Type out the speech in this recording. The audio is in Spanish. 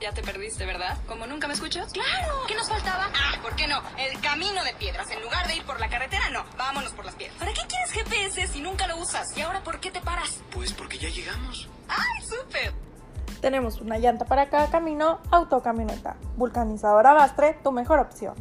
Ya te perdiste, ¿verdad? ¿Como nunca me escuchas? ¡Claro! ¿Qué nos faltaba? Ah, ¿por qué no? El camino de piedras. En lugar de ir por la carretera, no. Vámonos por las piedras. ¿Para qué quieres GPS si nunca lo usas? ¿Y ahora por qué te paras? Pues porque ya llegamos. ¡Ay, súper! Tenemos una llanta para cada camino, autocamineta. Vulcanizadora Bastre, tu mejor opción.